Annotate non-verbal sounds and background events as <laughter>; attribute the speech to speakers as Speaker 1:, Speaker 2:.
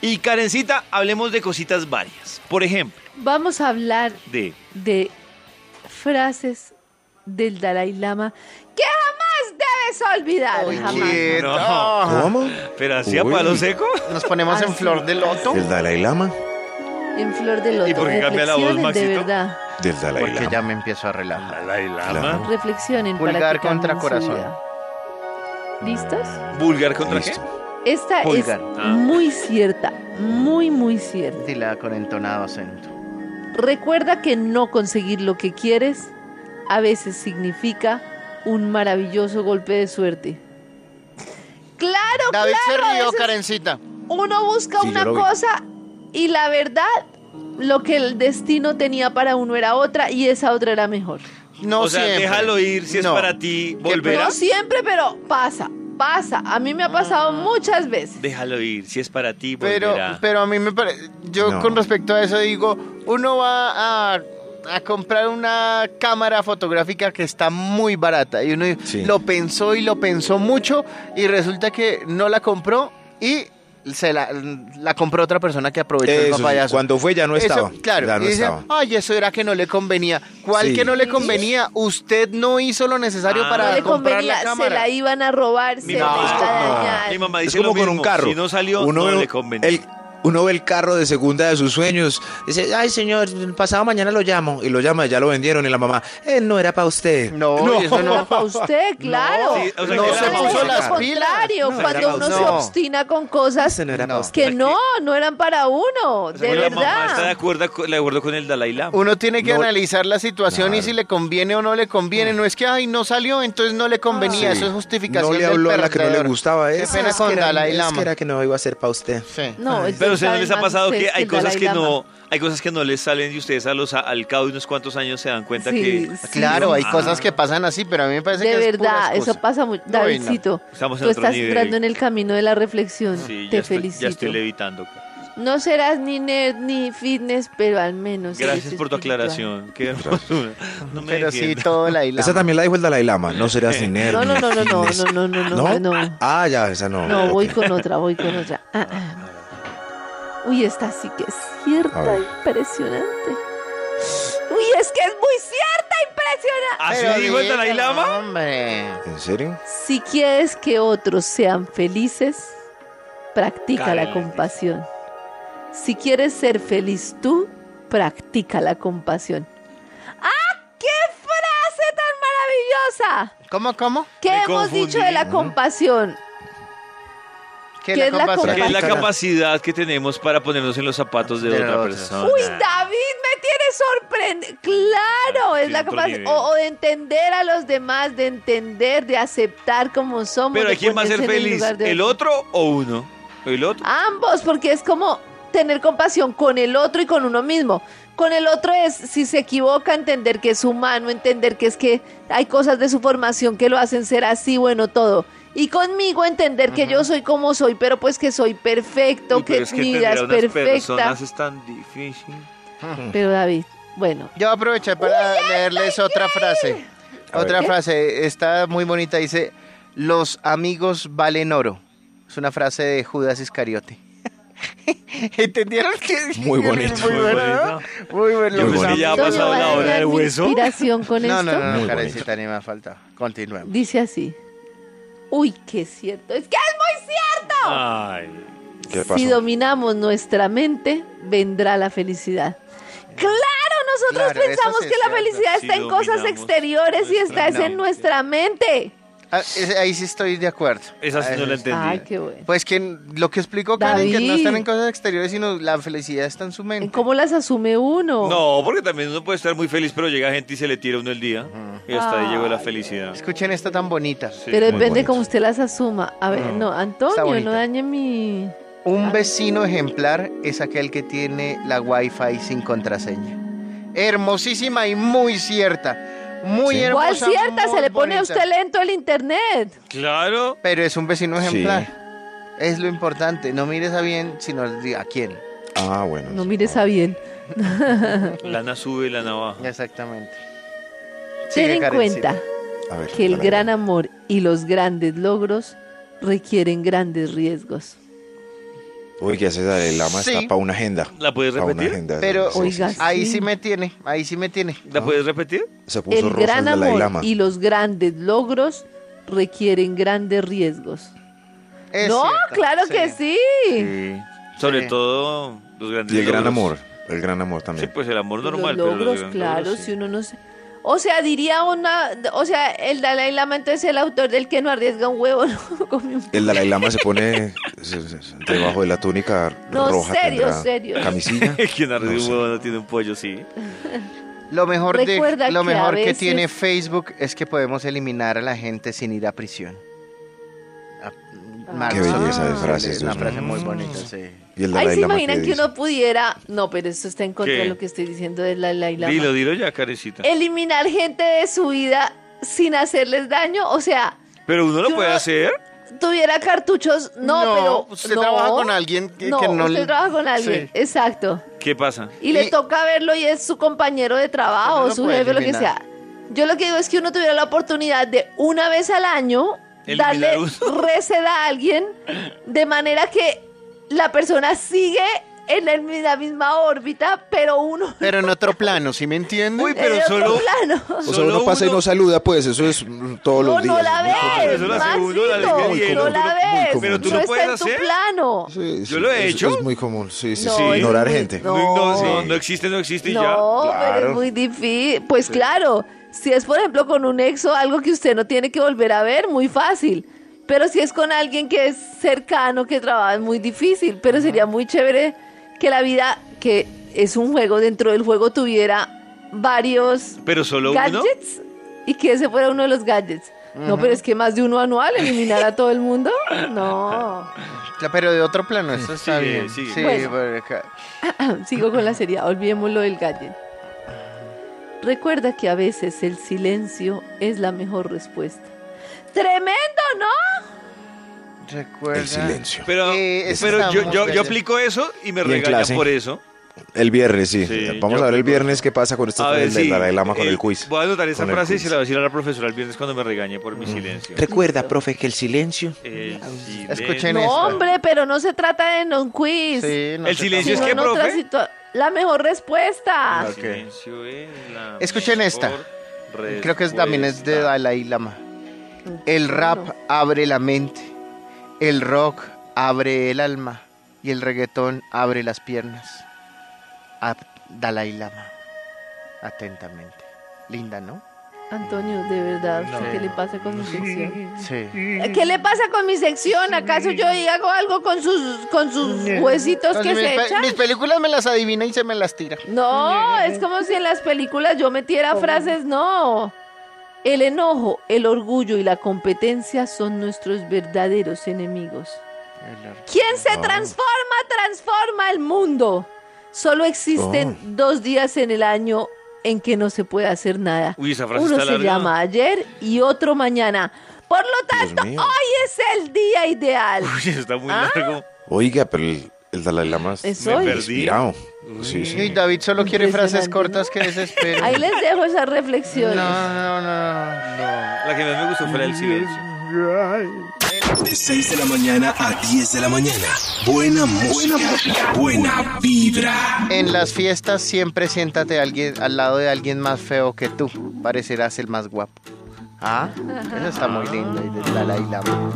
Speaker 1: Y Karencita, hablemos de cositas varias. Por ejemplo,
Speaker 2: Vamos a hablar
Speaker 1: de
Speaker 2: de frases del Dalai Lama que jamás debes olvidar.
Speaker 3: Uy,
Speaker 2: jamás.
Speaker 3: quieta.
Speaker 1: No.
Speaker 4: ¿Cómo?
Speaker 1: ¿Pero hacía
Speaker 4: Uy.
Speaker 1: palo seco?
Speaker 3: Nos ponemos en
Speaker 2: Así.
Speaker 3: flor de loto.
Speaker 4: ¿Del Dalai Lama?
Speaker 2: En flor de loto.
Speaker 1: ¿Y por qué cambia la voz,
Speaker 2: Reflexionen, De
Speaker 1: Maxito?
Speaker 2: verdad.
Speaker 4: Del Dalai
Speaker 3: Porque ya
Speaker 4: Lama.
Speaker 3: me empiezo a relajar.
Speaker 1: Dalai
Speaker 4: Lama.
Speaker 2: Reflexionen. para
Speaker 3: Pulgar
Speaker 2: que cambien
Speaker 3: contra
Speaker 2: su
Speaker 3: corazón.
Speaker 2: vida. ¿Listos?
Speaker 1: ¿Vulgar contra qué?
Speaker 4: Listo.
Speaker 2: Esta
Speaker 3: Pulgar.
Speaker 2: es
Speaker 1: Ah.
Speaker 2: muy cierta, muy, muy cierta.
Speaker 3: Dila con entonado acento.
Speaker 2: Recuerda que no conseguir lo que quieres a veces significa un maravilloso golpe de suerte. Claro,
Speaker 3: David se
Speaker 2: claro. a
Speaker 3: rió,
Speaker 2: veces
Speaker 3: Karencita.
Speaker 2: Uno busca
Speaker 4: Sí, yo
Speaker 2: una
Speaker 4: lo vi.
Speaker 2: cosa y la verdad, lo que el destino tenía para uno era otra y esa otra era mejor.
Speaker 3: No
Speaker 1: o sea,
Speaker 3: siempre.
Speaker 1: déjalo ir, si es
Speaker 3: No.
Speaker 1: para ti,
Speaker 2: No
Speaker 1: volverás.
Speaker 2: siempre, pero pasa, pasa. A mí me ha
Speaker 3: Ah.
Speaker 2: pasado muchas veces.
Speaker 1: Déjalo ir, si es para ti,
Speaker 3: Pero,
Speaker 1: volverá.
Speaker 3: pero a mí me parece. Yo
Speaker 4: No.
Speaker 3: con respecto a eso digo: uno va a, a comprar una cámara fotográfica que está muy barata. Y uno
Speaker 4: Sí.
Speaker 3: lo pensó y lo pensó mucho. Y resulta que no la compró y se la, la compró otra persona que aprovechó el
Speaker 4: Eso sí,
Speaker 3: papayazo.
Speaker 4: cuando fue ya no
Speaker 3: Eso,
Speaker 4: estaba.
Speaker 3: claro,
Speaker 4: Ya
Speaker 3: y
Speaker 4: no
Speaker 3: dicen,
Speaker 4: estaba.
Speaker 3: ay, eso era que no le convenía. ¿Cuál
Speaker 4: Sí.
Speaker 3: que no le convenía? Usted no hizo lo necesario
Speaker 1: Ah.
Speaker 3: para
Speaker 2: No le
Speaker 3: comprar
Speaker 2: convenía,
Speaker 3: la
Speaker 2: se
Speaker 3: cámara.
Speaker 2: la iban a robar, se
Speaker 1: Mi
Speaker 2: la
Speaker 1: mamá,
Speaker 2: iban
Speaker 1: es
Speaker 2: a
Speaker 1: como-
Speaker 2: dañar.
Speaker 1: mi mamá
Speaker 4: Es
Speaker 1: dice
Speaker 4: como
Speaker 1: lo
Speaker 4: con un
Speaker 1: mismo,
Speaker 4: carro.
Speaker 1: Si no salió, no
Speaker 4: ve
Speaker 1: le
Speaker 4: un-
Speaker 1: convenía.
Speaker 4: el- uno ve el carro de segunda de sus sueños. Dice, ay señor, pasado mañana lo llamo. Y lo llama, ya lo vendieron. Y la mamá, "Eh, no era para usted.
Speaker 3: No, y eso
Speaker 2: Era
Speaker 3: no.
Speaker 4: <laughs>
Speaker 2: para usted, claro.
Speaker 1: sí, o sea,
Speaker 3: No
Speaker 1: que
Speaker 3: se
Speaker 1: la-
Speaker 3: puso
Speaker 2: Al
Speaker 3: las pilas.
Speaker 2: contrario,
Speaker 4: No,
Speaker 2: cuando
Speaker 4: era-
Speaker 2: uno
Speaker 3: no.
Speaker 2: se obstina con cosas
Speaker 4: Ese no era
Speaker 3: No.
Speaker 4: para usted.
Speaker 2: que no, no eran para uno,
Speaker 1: O
Speaker 2: de
Speaker 1: sea, la mamá está de
Speaker 2: verdad.
Speaker 1: acuerdo, con- de acuerdo con el Dalai Lama.
Speaker 3: Uno tiene que
Speaker 4: No-
Speaker 3: analizar la situación y
Speaker 4: Claro. Mm.
Speaker 3: si le conviene o no le conviene. No es que, ay, no salió, entonces no le convenía.
Speaker 4: Ah. Sí.
Speaker 3: Eso es justificación
Speaker 4: No le
Speaker 3: del
Speaker 4: habló a la que no le
Speaker 3: perdedor.
Speaker 4: gustaba.
Speaker 3: Qué
Speaker 4: Es,
Speaker 3: pena
Speaker 4: es
Speaker 3: con
Speaker 4: que era,
Speaker 3: Dalai
Speaker 4: es
Speaker 3: Lama.
Speaker 4: que era que no iba a ser para usted.
Speaker 3: Sí.
Speaker 2: No, es
Speaker 1: Pero a ustedes no
Speaker 2: saben
Speaker 1: les ha
Speaker 2: más
Speaker 1: pasado
Speaker 2: ustedes
Speaker 1: que hay
Speaker 2: el
Speaker 1: cosas
Speaker 2: Dalai
Speaker 1: que
Speaker 2: Lama.
Speaker 1: no, hay cosas que no les salen y ustedes a los al cabo de unos cuantos años se dan cuenta
Speaker 2: Sí,
Speaker 1: que
Speaker 2: sí.
Speaker 3: Claro, hay
Speaker 1: Ah.
Speaker 3: cosas que pasan así, pero a mí me parece
Speaker 2: De
Speaker 3: que
Speaker 2: verdad,
Speaker 3: es puras
Speaker 2: eso
Speaker 3: cosas.
Speaker 2: pasa mucho.
Speaker 3: No, y no.
Speaker 2: Davidcito,
Speaker 1: Estamos en
Speaker 2: tú
Speaker 1: otro
Speaker 2: estás
Speaker 1: nivel.
Speaker 2: entrando en el camino de la reflexión.
Speaker 1: Sí,
Speaker 2: Te
Speaker 1: ya estoy,
Speaker 2: felicito.
Speaker 1: ya estoy levitando.
Speaker 2: No serás ni nerd ni fitness, pero al menos.
Speaker 1: Gracias
Speaker 2: eres
Speaker 1: por tu
Speaker 2: espiritual.
Speaker 1: aclaración. Qué hermosura. No me
Speaker 3: Pero sí,
Speaker 1: defiendas.
Speaker 3: todo la
Speaker 4: Esa también la dijo el Dalai Lama.
Speaker 2: <laughs>
Speaker 4: No será sin
Speaker 2: No, no, no, no, no, no, no, no, no, no.
Speaker 4: Ah, ya, esa no.
Speaker 2: No, voy
Speaker 4: Ok.
Speaker 2: con otra, voy con otra. Ah, ah. Uy, esta sí que es
Speaker 4: A
Speaker 2: cierta,
Speaker 4: ver.
Speaker 2: impresionante. Uy, es que es muy cierta, impresionante.
Speaker 1: ¿Así
Speaker 3: Pero
Speaker 1: ¿Ah, dijo el
Speaker 3: dígalo,
Speaker 1: Dalai Lama?
Speaker 3: Hombre.
Speaker 4: ¿En serio?
Speaker 2: Si quieres que otros sean felices, practica la
Speaker 1: Cállate.
Speaker 2: compasión. Si quieres ser feliz tú, practica la compasión. ¡Ah! ¡Qué frase tan maravillosa!
Speaker 3: ¿Cómo, cómo?
Speaker 2: ¿Qué
Speaker 1: Me
Speaker 2: hemos dicho de la
Speaker 1: confundí.
Speaker 2: compasión?
Speaker 3: ¿Qué,
Speaker 2: ¿Qué es la
Speaker 3: compasión?
Speaker 1: Que es la
Speaker 4: Practícala.
Speaker 1: capacidad que tenemos para ponernos en los zapatos de,
Speaker 3: De
Speaker 1: otra
Speaker 3: otra.
Speaker 1: persona.
Speaker 2: Uy, David, me tiene sorprendido. Claro, es
Speaker 1: Sí,
Speaker 2: la
Speaker 1: otro
Speaker 2: capacidad
Speaker 1: nivel.
Speaker 2: o, o de entender a los demás, de entender, de aceptar como somos.
Speaker 1: Pero
Speaker 2: de
Speaker 1: ¿hay quién va a ser
Speaker 2: ponerse en
Speaker 1: feliz?
Speaker 2: lugar de Ah,
Speaker 1: ¿El otro o uno? ¿El otro?
Speaker 2: Ambos, porque es como tener compasión con el otro y con uno mismo. Con el otro es, si se equivoca, entender que es humano, entender que es que hay cosas de su formación que lo hacen ser así, bueno, todo. Y conmigo entender que yo soy como soy, pero pues que soy perfecto,
Speaker 1: Uy,
Speaker 2: que,
Speaker 1: pero es que
Speaker 2: mi
Speaker 1: entender
Speaker 2: vida
Speaker 1: a
Speaker 2: es
Speaker 1: unas
Speaker 2: perfecta.
Speaker 1: personas es tan difícil.
Speaker 2: Pero David, bueno,
Speaker 3: Yo voy a aprovechar para leerles otra frase.
Speaker 4: A ver.
Speaker 3: Otra
Speaker 4: ¿Qué?
Speaker 3: frase, está muy bonita, dice, los amigos valen oro. Es una frase de Judas Iscariote. <laughs> ¿Entendieron? que-
Speaker 4: Muy bonito.
Speaker 3: Muy bueno, ¿no? Muy bueno.
Speaker 4: Yo
Speaker 3: Los
Speaker 4: pensé que ya
Speaker 3: amigos
Speaker 1: ha pasado
Speaker 3: valen
Speaker 1: la
Speaker 3: oro.
Speaker 1: hora
Speaker 2: de
Speaker 1: del hueso?
Speaker 2: inspiración con
Speaker 3: <laughs> No,
Speaker 2: esto?
Speaker 3: no, no, no,
Speaker 4: Muy
Speaker 3: Karencita, ni me falta. Continuemos.
Speaker 2: Dice así. Uy, qué cierto. Es que es muy cierto.
Speaker 1: Ay.
Speaker 4: ¿Qué
Speaker 2: Si
Speaker 4: pasó?
Speaker 2: dominamos nuestra mente, vendrá la felicidad. Claro, nosotros
Speaker 3: Claro, eso
Speaker 2: pensamos
Speaker 3: sí
Speaker 2: que
Speaker 3: es
Speaker 2: la
Speaker 3: cierto.
Speaker 2: felicidad
Speaker 1: Si
Speaker 2: está en cosas
Speaker 1: dominamos
Speaker 2: exteriores y
Speaker 1: nuestra
Speaker 2: está es en
Speaker 1: mente.
Speaker 2: nuestra mente.
Speaker 3: Ah, ese- Ahí sí estoy de acuerdo.
Speaker 1: Esa sí
Speaker 3: Ahí
Speaker 1: no la
Speaker 3: estoy-
Speaker 1: entendí.
Speaker 2: Ay, qué bueno.
Speaker 3: Pues que lo que explicó Karen, que no
Speaker 2: David.
Speaker 3: están en cosas exteriores, sino la felicidad está en su mente.
Speaker 2: ¿En ¿Cómo las asume uno?
Speaker 1: No, porque también uno puede estar muy feliz, pero llega gente y se le tira uno el día. Y hasta ahí llegó la
Speaker 2: Ay,
Speaker 1: felicidad.
Speaker 3: Escuchen esta tan bonita.
Speaker 1: Sí.
Speaker 2: Pero
Speaker 4: muy
Speaker 2: depende
Speaker 4: bonito.
Speaker 2: cómo usted las asuma. A ver, no, Antonio,
Speaker 3: bonito.
Speaker 2: no dañe mi...
Speaker 3: Un vecino ejemplar es aquel que tiene la Wi-Fi sin contraseña. Hermosísima y muy cierta. Muy
Speaker 4: Sí.
Speaker 3: hermosa.
Speaker 2: ¿Cuál cierta?
Speaker 3: muy
Speaker 2: Se le pone a
Speaker 3: bonita.
Speaker 2: usted lento el internet.
Speaker 1: Claro.
Speaker 3: Pero es un vecino
Speaker 4: Sí.
Speaker 3: ejemplar. Es lo importante. No mires a bien, sino a quién.
Speaker 4: Ah, bueno.
Speaker 2: No mires a bien.
Speaker 1: Lana sube, la navaja.
Speaker 3: Exactamente.
Speaker 2: Ten
Speaker 3: Sigue,
Speaker 2: en
Speaker 3: Karencita.
Speaker 2: cuenta
Speaker 4: A ver,
Speaker 2: que el
Speaker 4: Dalai
Speaker 2: gran
Speaker 4: Lama.
Speaker 2: amor y los grandes logros requieren grandes riesgos.
Speaker 4: Uy, ¿qué haces? Dale, la más
Speaker 3: Sí.
Speaker 4: para una agenda.
Speaker 1: ¿La puedes
Speaker 4: Pa' una
Speaker 1: repetir?
Speaker 4: agenda,
Speaker 3: Pero
Speaker 4: sí, sí,
Speaker 2: Oiga.
Speaker 4: sí.
Speaker 3: ahí
Speaker 2: sí.
Speaker 3: sí me tiene, ahí sí me tiene.
Speaker 1: ¿La puedes repetir?
Speaker 4: Se puso
Speaker 2: El
Speaker 4: rosa el
Speaker 2: gran
Speaker 4: Dalai
Speaker 2: amor
Speaker 4: Lama.
Speaker 2: y los grandes logros requieren grandes riesgos.
Speaker 3: Es
Speaker 2: no,
Speaker 3: cierto,
Speaker 2: claro
Speaker 3: sí.
Speaker 2: que sí.
Speaker 1: Sí. Sobre
Speaker 3: Sí.
Speaker 1: todo los grandes
Speaker 4: Y el gran
Speaker 1: logros.
Speaker 4: amor. El gran amor
Speaker 1: Sí,
Speaker 4: también.
Speaker 1: pues el amor
Speaker 2: Los
Speaker 1: normal. pero
Speaker 2: logros,
Speaker 1: grandes
Speaker 2: claro,
Speaker 1: logros, sí.
Speaker 2: si uno no se... O sea, diría una... O sea, el Dalai Lama entonces es el autor del que no arriesga un huevo, <laughs> no come un-
Speaker 4: El Dalai Lama se
Speaker 1: <laughs>
Speaker 4: pone se- se- se- debajo de la túnica
Speaker 2: No,
Speaker 4: roja.
Speaker 2: serio,
Speaker 4: tendrá
Speaker 2: serio.
Speaker 1: <laughs>
Speaker 4: Camisilla.
Speaker 1: Quien arriba
Speaker 4: No
Speaker 1: un
Speaker 4: sé.
Speaker 1: huevo no tiene un pollo, sí.
Speaker 3: Lo mejor, de,
Speaker 2: Recuerda
Speaker 3: lo
Speaker 2: que a
Speaker 3: mejor que,
Speaker 2: veces-
Speaker 3: tiene Facebook es que podemos eliminar a la gente sin ir a prisión. Ah, Mark
Speaker 2: Qué belleza de
Speaker 3: Zuckerberg,
Speaker 4: frase,
Speaker 3: Es una
Speaker 4: Dios
Speaker 3: frase
Speaker 4: mío.
Speaker 3: muy bonita, sí.
Speaker 4: Y el Dalai
Speaker 2: Ahí se
Speaker 4: Lama
Speaker 2: imaginan
Speaker 4: qué
Speaker 2: que
Speaker 4: dice?
Speaker 2: uno pudiera... No, pero esto está en contra
Speaker 1: ¿Qué?
Speaker 2: de lo que estoy diciendo del Dalai Lama.
Speaker 1: Dilo, dilo ya, carecita.
Speaker 2: Eliminar gente de su vida sin hacerles daño, o sea...
Speaker 1: Pero uno
Speaker 2: yo
Speaker 1: lo puede
Speaker 2: no-
Speaker 1: hacer.
Speaker 2: Tuviera cartuchos, no, pero.
Speaker 3: usted
Speaker 2: no.
Speaker 3: trabaja con alguien que
Speaker 2: no,
Speaker 3: que no
Speaker 2: usted
Speaker 3: le-
Speaker 2: trabaja con alguien,
Speaker 3: Sí.
Speaker 2: exacto.
Speaker 1: ¿Qué pasa?
Speaker 2: Y, le
Speaker 3: Y-
Speaker 2: toca verlo y es su compañero de trabajo,
Speaker 3: Usted no lo
Speaker 2: su
Speaker 3: puede
Speaker 2: jefe, lo que
Speaker 3: eliminar.
Speaker 2: sea. Yo lo que digo es que uno tuviera la oportunidad de una vez al año
Speaker 1: Eliminar
Speaker 2: darle
Speaker 1: uno.
Speaker 2: receda a alguien de manera que la persona sigue en el- en la misma órbita, pero uno
Speaker 3: Pero en otro plano, ¿sí me entiende?
Speaker 1: Uy, pero
Speaker 2: en otro
Speaker 1: solo-
Speaker 2: plano.
Speaker 4: O sea, uno
Speaker 1: Solo
Speaker 4: pasa y
Speaker 1: uno-
Speaker 4: no saluda, pues eso es mm, <laughs> todos
Speaker 2: No,
Speaker 4: los días.
Speaker 2: no la
Speaker 4: es muy común.
Speaker 2: ves,
Speaker 1: Eso lo hace uno, la
Speaker 2: Maxito,
Speaker 1: ley del
Speaker 2: no
Speaker 1: hielo,
Speaker 2: la
Speaker 4: muy
Speaker 2: ves,
Speaker 4: común.
Speaker 1: Pero tú
Speaker 2: no
Speaker 1: lo
Speaker 2: está
Speaker 1: puedes
Speaker 2: en
Speaker 1: hacer.
Speaker 2: tu plano.
Speaker 4: Sí,
Speaker 1: Yo
Speaker 4: sí,
Speaker 1: lo he
Speaker 4: es-
Speaker 1: hecho.
Speaker 4: Es muy común, sí, sí,
Speaker 2: No,
Speaker 4: sí.
Speaker 2: es
Speaker 4: Ignorar
Speaker 2: muy-
Speaker 4: gente.
Speaker 1: No, no,
Speaker 2: No.
Speaker 1: no existe, no existe y ya.
Speaker 2: No, pero
Speaker 4: claro.
Speaker 2: es muy difícil. Pues claro, si es por ejemplo con un ex o algo que usted no tiene que volver a ver, muy fácil. Pero si es con alguien que es cercano, que trabaja, es muy difícil. Pero sería muy chévere que la vida, que es un juego, dentro del juego tuviera varios
Speaker 1: Pero solo uno.
Speaker 2: gadgets y que ese fuera uno de los gadgets. No, pero es que más de uno anual, eliminar a todo el mundo.
Speaker 1: <laughs>
Speaker 2: No.
Speaker 3: Cla- Pero de otro plano, eso está
Speaker 1: Sigue,
Speaker 3: bien.
Speaker 1: sigue.
Speaker 3: Sí,
Speaker 2: Bueno.
Speaker 3: por acá.
Speaker 2: Sigo con la seriedad, olvidemos lo del gadget. Recuerda que a veces el silencio es la mejor respuesta. ¡Tremendo, no!
Speaker 3: Recuerda.
Speaker 4: El silencio.
Speaker 1: Pero,
Speaker 3: Eh, esa
Speaker 1: pero
Speaker 3: está
Speaker 1: yo,
Speaker 3: muy
Speaker 1: yo, yo
Speaker 3: bella.
Speaker 1: aplico eso y me
Speaker 4: Y en
Speaker 1: regañan
Speaker 4: clase.
Speaker 1: por eso.
Speaker 4: El viernes, sí.
Speaker 1: Sí,
Speaker 4: Vamos
Speaker 1: yo-
Speaker 4: a ver el viernes qué pasa con esta
Speaker 1: A ver,
Speaker 4: del
Speaker 1: sí,
Speaker 4: Dalai Lama con
Speaker 1: eh,
Speaker 4: el quiz.
Speaker 1: Voy a anotar esa
Speaker 4: Con el
Speaker 1: frase y
Speaker 4: quiz. Mm.
Speaker 1: se la voy a decir a la profesora el viernes cuando me regañe por mi silencio.
Speaker 2: Recuerda,
Speaker 4: profe, que el silencio.
Speaker 1: El silencio.
Speaker 3: Escuchen
Speaker 2: No,
Speaker 3: esto.
Speaker 2: hombre, pero no se trata de un quiz.
Speaker 3: Sí, no
Speaker 1: El
Speaker 3: sé
Speaker 1: silencio es
Speaker 2: Sino
Speaker 1: que,
Speaker 2: en otra
Speaker 1: profe.
Speaker 2: situa- La mejor respuesta.
Speaker 1: El
Speaker 3: Ok.
Speaker 1: silencio es la
Speaker 3: Escuchen esta.
Speaker 1: mejor Pues,
Speaker 3: Creo que es, también es de
Speaker 1: respuesta.
Speaker 3: Dalai Lama.
Speaker 2: Mm,
Speaker 3: El rap abre la mente. El rock abre el alma. Y el reggaetón abre las piernas. A Dalai Lama. Atentamente. Linda, ¿no?
Speaker 2: Antonio, de verdad,
Speaker 3: No.
Speaker 2: ¿qué le pasa con mi sección?
Speaker 3: Sí.
Speaker 2: ¿Qué le pasa con mi sección? ¿Acaso yo hago algo con sus, con sus huesitos que
Speaker 3: Entonces, mis,
Speaker 2: se
Speaker 3: pe-
Speaker 2: echan?
Speaker 3: mis películas me las adivina y se me las tira.
Speaker 2: No, es como si en las películas yo metiera frases, no. El enojo, el orgullo y la competencia son nuestros verdaderos enemigos. ¿Quién se transforma? Transforma el mundo. Solo existen dos días en el año en que no se puede hacer nada.
Speaker 1: Uy, esa frase
Speaker 2: Uno
Speaker 1: está
Speaker 2: se
Speaker 1: larga.
Speaker 2: llama ayer y otro mañana. Por lo tanto,
Speaker 4: mío.
Speaker 2: hoy es el día ideal.
Speaker 1: <laughs> Uy, está muy
Speaker 2: Ah.
Speaker 1: largo.
Speaker 4: Oiga, pero el, el Dalai Lama es
Speaker 2: Es
Speaker 1: Me
Speaker 2: hoy.
Speaker 1: perdí.
Speaker 4: inspirado.
Speaker 1: Uy.
Speaker 4: Sí, sí.
Speaker 3: Y David solo quiere frases
Speaker 2: Impresionante,
Speaker 3: cortas
Speaker 2: ¿no?
Speaker 3: que desespero.
Speaker 2: Ahí les dejo esas
Speaker 3: No,
Speaker 2: reflexiones.
Speaker 3: no, no, no.
Speaker 1: La que más me gustó fue el silencio.
Speaker 5: De 6 de la mañana a 10 de la mañana. Buena música. Buena vibra.
Speaker 3: En las fiestas siempre siéntate a alguien, al lado de alguien más feo que tú. Parecerás el más guapo. Ah, eso está muy lindo. y de Dalai Lama.